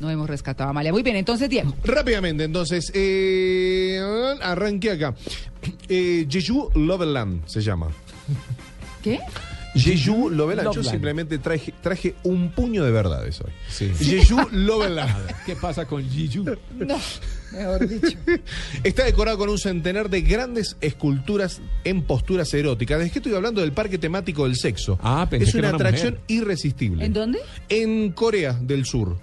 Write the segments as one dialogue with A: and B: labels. A: No hemos rescatado a Amalia. Muy bien, entonces, Diego.
B: Rápidamente, entonces, eh, arranqué acá. Eh, Jeju Loveland se llama.
A: ¿Qué?
B: Jeju Loveland. Yo
C: Loveland.
B: simplemente traje, traje un puño de verdades hoy.
C: Sí.
B: Jeju Loveland.
C: ¿Qué pasa con Giju?
A: No, mejor dicho.
B: Está decorado con un centenar de grandes esculturas en posturas eróticas. ¿De qué estoy hablando? Del parque temático del sexo.
C: Ah, pensé
B: es
C: que
B: una
C: era una
B: atracción
C: mujer.
B: irresistible.
A: ¿En dónde?
B: En Corea del Sur.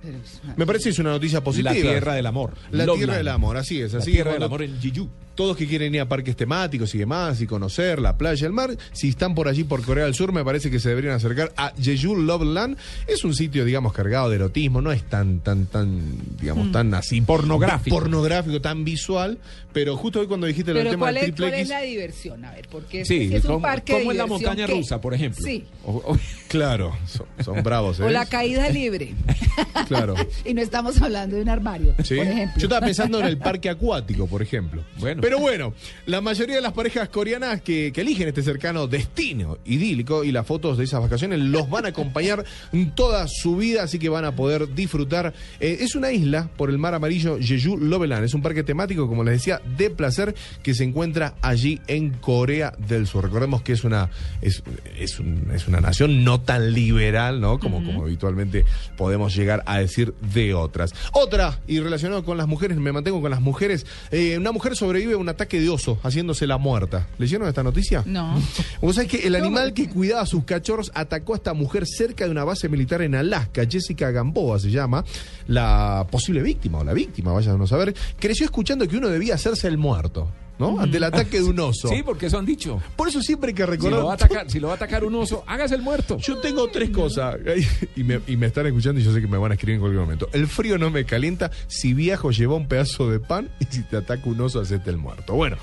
A: Pero,
B: Me parece que es una noticia positiva.
C: La tierra del amor.
B: La
C: Loveland.
B: tierra del amor, así es.
C: La
B: Así que
C: tierra del
B: cuando-
C: amor en Giju.
B: Todos que quieren ir a parques temáticos y demás y conocer la playa, el mar, si están por allí por Corea del Sur, me parece que se deberían acercar a Jeju Loveland. Es un sitio, digamos, cargado de erotismo, no es tan, tan, tan, digamos,
A: Mm.
B: tan así.
C: Pornográfico.
B: Pornográfico, tan visual. Pero justo hoy cuando dijiste lo del
A: pero
B: tema
A: ¿cuál,
B: del
A: es,
B: triple
A: cuál es
B: X.
A: la diversión? A ver, porque este
C: Sí,
A: sí es un
C: ¿cómo,
A: parque
C: cómo
A: de
C: es la
A: diversión
C: montaña
A: que-
C: rusa, por ejemplo?
A: Sí.
C: O- o-
B: Claro, son, son bravos, ¿eh?
A: O la caída libre.
B: Claro.
A: y no estamos hablando de un armario,
B: Sí.
A: por
B: Yo
A: ejemplo.
B: estaba pensando en el parque acuático, por ejemplo.
C: Bueno.
B: Pero bueno, la mayoría de las parejas coreanas que, que eligen este cercano destino idílico y las fotos de esas vacaciones los van a acompañar toda su vida, así que van a poder disfrutar. Eh, es una isla por el mar amarillo Jeju Loveland. Es un parque temático, como les decía, de placer que se encuentra allí en Corea del Sur. Recordemos que es una, es, es un- es una nación no tan liberal, ¿no? Como, como habitualmente podemos llegar a decir de otras. Otra, y relacionado con las mujeres, me mantengo con las mujeres. eh, una mujer sobrevive a un ataque de oso haciéndose la muerta. ¿Leyeron esta noticia?
A: No.
C: ¿Eh?
B: Vos sabés que el animal que cuidaba a sus cachorros atacó a esta mujer cerca de una base militar en Alaska, Jessica Gamboa se llama, la posible víctima o la víctima, vayan a no saber, creció escuchando que uno debía hacerse el muerto, ¿no? Ante el ataque de un oso.
C: Sí, porque eso han dicho.
B: Por eso siempre hay que
C: Si lo, va a
B: recordar...
C: atacar, si lo va a atacar un oso, hágase el muerto.
B: Yo tengo tres cosas eh, y me, y me están escuchando y yo sé que me van a escribir en cualquier momento. El frío no me calienta, si viajo lleva un pedazo de pan y si te ataca un oso hacete el muerto. Bueno,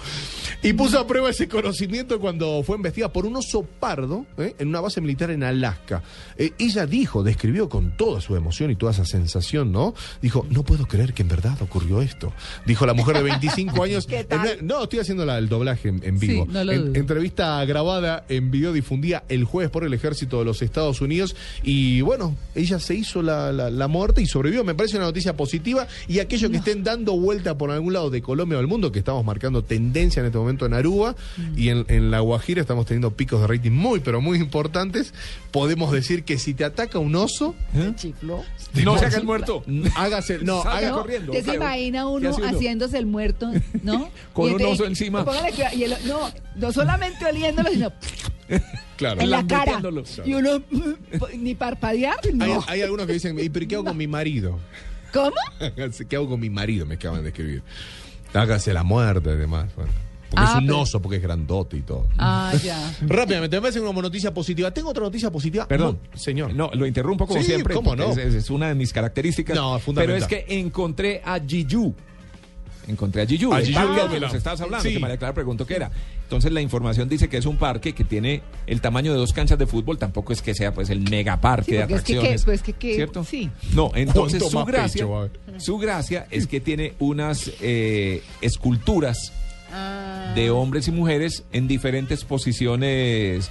B: y puso a prueba ese conocimiento cuando fue investigada por un oso pardo ¿eh? en una base militar en Alaska. Eh, ella dijo, describió con toda su emoción y toda esa sensación, ¿no? Dijo, no puedo creer que en verdad ocurrió esto. Dijo la mujer de 25 años.
A: ¿Qué tal?
B: en una- no, estoy haciendo la- el doblaje en, en
A: Sí,
B: vivo.
A: no lo
B: En-
A: dudo.
B: Entrevista grabada en video difundida el jueves por el ejército de los Estados Unidos. Y bueno, ella se hizo la, la- la muerte y sobrevivió. Me parece una noticia positiva. Y aquellos que estén dando vuelta por algún lado de Colombia o del mundo, que estamos marcando tendencia en este momento en Aruba
A: Mm.
B: y en, en La Guajira estamos teniendo picos de rating muy, pero muy importantes, podemos decir que si te ataca un oso,
A: Chifló.
C: No se haga el muerto.
B: hágase, no,
C: Salga
B: haga corriendo.
C: No, corriendo,
A: ¿Usted se
C: claro.
A: imagina
C: ¿Qué
A: uno
C: hace uno?
A: haciéndose el muerto, no?
C: Con
A: Y
C: un
A: ente-
C: oso encima.
A: Póngale cuidado, y el- no, no solamente oliéndolo, sino
B: Claro.
A: en la cara.
C: Lambuteándolo.
A: Y uno ni parpadear,
B: Hay,
A: no.
B: hay algunos que dicen, ¿y pero qué hago con mi marido?
A: ¿Cómo?
B: ¿Qué hago con mi marido? Me acaban de escribir. Hágase la muerte y demás. bueno. porque
A: Ah,
B: es un
A: pero-
B: oso, porque es grandote y todo.
A: Ah, ya.
B: Rápidamente, me parece una noticia positiva. Tengo otra noticia positiva.
C: Perdón,
B: No, señor.
C: No, lo interrumpo como
B: Sí,
C: siempre.
B: cómo
C: porque
B: no.
C: Es, es- es una de mis características.
B: No,
C: Pero
B: fundamental.
C: es que encontré a Giju. Encontré a Giju.
B: A
C: el
B: Giju
C: parque del que
B: Loveland.
C: nos estabas hablando,
B: Sí.
C: que María Clara preguntó qué era. Entonces la información dice que es un parque que tiene el tamaño de dos canchas de fútbol. Tampoco es que sea pues el megaparque
A: Sí,
C: de
A: porque es que
C: atracciones.
A: qué, pues, que qué,
C: ¿Cierto?
A: sí.
C: No, entonces
B: ¿Cuánto
C: su
B: más
C: gracia,
B: pecho va a haber?
C: su gracia es que tiene unas eh, esculturas
A: Ah.
C: de hombres y mujeres en diferentes posiciones,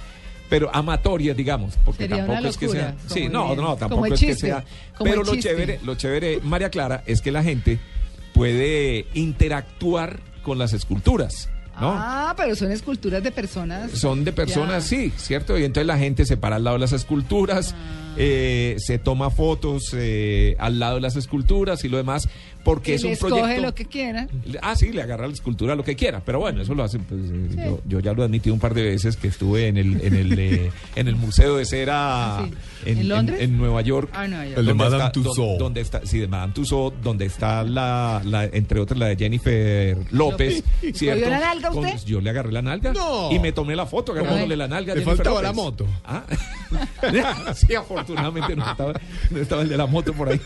C: pero amatorias, digamos, porque
A: Sería una
C: tampoco es que
A: locura,
C: sea. Sí,
A: como
C: no,
A: el-
C: no, tampoco
A: como el
C: es que
A: chiste,
C: sea.
A: como
C: Pero
A: el
C: lo
A: chiste.
C: chévere, lo chévere, María Clara, es que la gente puede interactuar con las esculturas, ¿no?
A: Ah, pero son esculturas de personas.
C: Son de personas,
A: Ya.
C: sí, ¿cierto? Y entonces la gente se para al lado de las esculturas,
A: Ah.
C: eh, se toma fotos eh, al lado de las esculturas y lo demás, porque
A: Y
C: es un
A: les coge
C: proyecto.
A: lo que quieran.
C: Ah, sí, le agarra la escultura lo que quiera, pero bueno, eso lo hacen. pues, eh, yo, yo ya lo admití un par de veces que estuve en el, en el, eh, en el Museo de Cera
A: Ah, sí. ¿En Londres?
C: en Nueva York.
A: Ah, Nueva York.
B: El de
C: donde
B: Madame
C: está- don-
B: Tussauds.
C: Donde está, sí, de Madame Tussauds, donde está la, la- entre otras, la de Jennifer López. ¿cierto?
A: ¿Cogió la nalga
C: Con-
A: usted?
C: yo le agarré la nalga
B: No.
C: y me tomé la foto agarrándole la nalga. a
B: Le
C: Jennifer
B: faltaba la
C: López.
B: moto.
C: Ah. sí, Afortunadamente no estaba, no estaba el de la moto por ahí.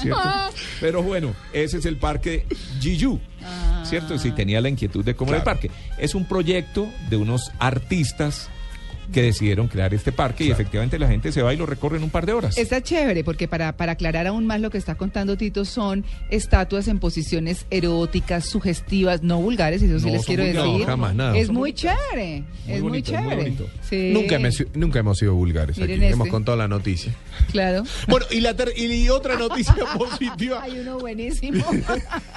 C: ¿cierto?
A: Ah.
C: Pero bueno, ese es el parque Giju.
A: Ah.
C: ¿Cierto? Sí, tenía la inquietud de cómo era el
B: Claro.
C: parque. Es un proyecto de unos artistas que decidieron crear este parque y efectivamente la gente se va y lo recorre en un par de horas.
A: Está chévere porque para, para aclarar aún más lo que está contando Tito son estatuas en posiciones eróticas, sugestivas, no vulgares, eso sí
B: No,
A: les
B: son
A: quiero
B: vulgares,
A: decir.
B: no, jamás, nada,
A: Es
B: son
A: muy chévere,
C: Muy
A: es muy
C: bonito, muy
A: chévere.
C: bonito.
A: Sí,
B: Nunca, hemos sido- nunca hemos sido vulgares aquí.
A: Eh, Miren este.
B: Hemos contado la noticia.
A: Claro.
B: Bueno, y, la ter- y otra noticia positiva.
A: Hay uno buenísimo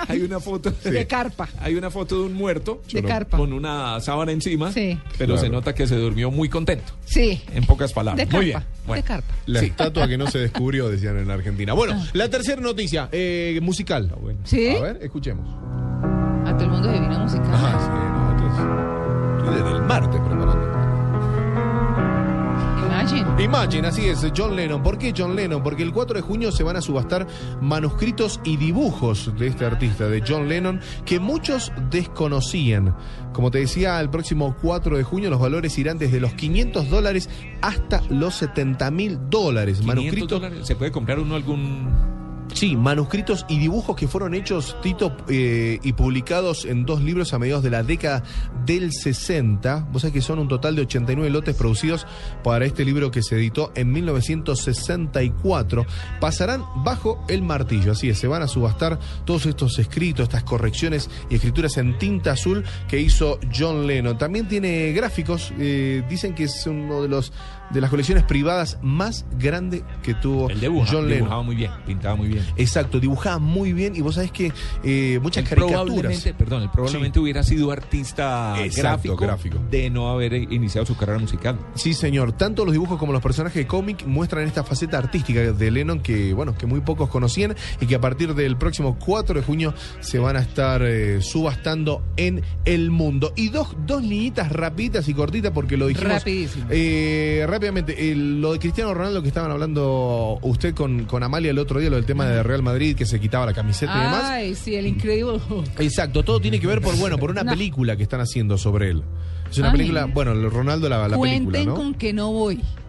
C: Hay una foto
A: de carpa.
C: Hay una foto de un muerto
A: De carpa.
C: con una sábana encima,
A: Sí.
C: pero se
B: Claro.
C: nota que se durmió muy contento.
A: Sí.
C: En pocas palabras.
A: De
C: muy
A: carpa,
C: bien. Bueno.
A: de carpa.
B: La estatua que no se descubrió, decían en la Argentina. Bueno, la tercera noticia, eh, musical.
A: Ah. ¿Sí?
B: A ver, escuchemos.
A: A todo el mundo de vino musical.
B: Ah, sí, no, entonces, estoy desde el martes preparando.
A: Imagine.
B: Imagine, así es, John Lennon. ¿Por qué John Lennon? Porque el 4 de junio se van a subastar manuscritos y dibujos de este artista, de John Lennon, que muchos desconocían. Como te decía, el próximo 4 de junio los valores irán desde los 500 dólares hasta los 70 mil dólares.
C: 500
B: Manuscritos
C: dólares. ¿Se puede comprar uno algún.?
B: Sí, manuscritos y dibujos que fueron hechos, Tito, eh, y publicados en dos libros a mediados de la década del 60. Vos sabés que son un total de 89 lotes producidos para este libro que se editó en 1964. Pasarán bajo el martillo, así es, se van a subastar todos estos escritos, estas correcciones y escrituras en tinta azul que hizo John Lennon. También tiene gráficos, eh, dicen que es uno de los de las colecciones privadas más grande que tuvo
C: El dibuja,
B: John Lennon.
C: dibujaba muy bien, pintaba muy bien.
B: Exacto, dibujaba muy bien y vos sabés que eh, muchas
C: Él
B: caricaturas.
C: probablemente, perdón, él probablemente hubiera sido artista
B: Exacto,
C: gráfico,
B: gráfico.
C: de no haber eh, iniciado su carrera musical.
B: Sí, señor. Tanto los dibujos como los personajes de cómic muestran esta faceta artística de Lennon que, bueno, que muy pocos conocían y que a partir del próximo 4 de junio se van a estar eh, subastando en el mundo. Y dos, dos linitas rapiditas y cortitas porque lo dijimos.
A: Rapidísimo.
B: Eh, rápidamente, eh, lo de Cristiano Ronaldo que estaban hablando usted con, con Amalia el otro día, lo del tema de Real Madrid que se quitaba la camiseta
A: Ah,
B: y demás.
A: Ay, sí, el increíble Hulk.
B: Exacto, todo tiene que ver por bueno, por una
A: No.
B: película que están haciendo sobre él. Es una
A: Ah,
B: película,
A: mira.
B: bueno, lo- Ronaldo la, la película,
A: Cuenten
B: ¿no?
A: con que no voy.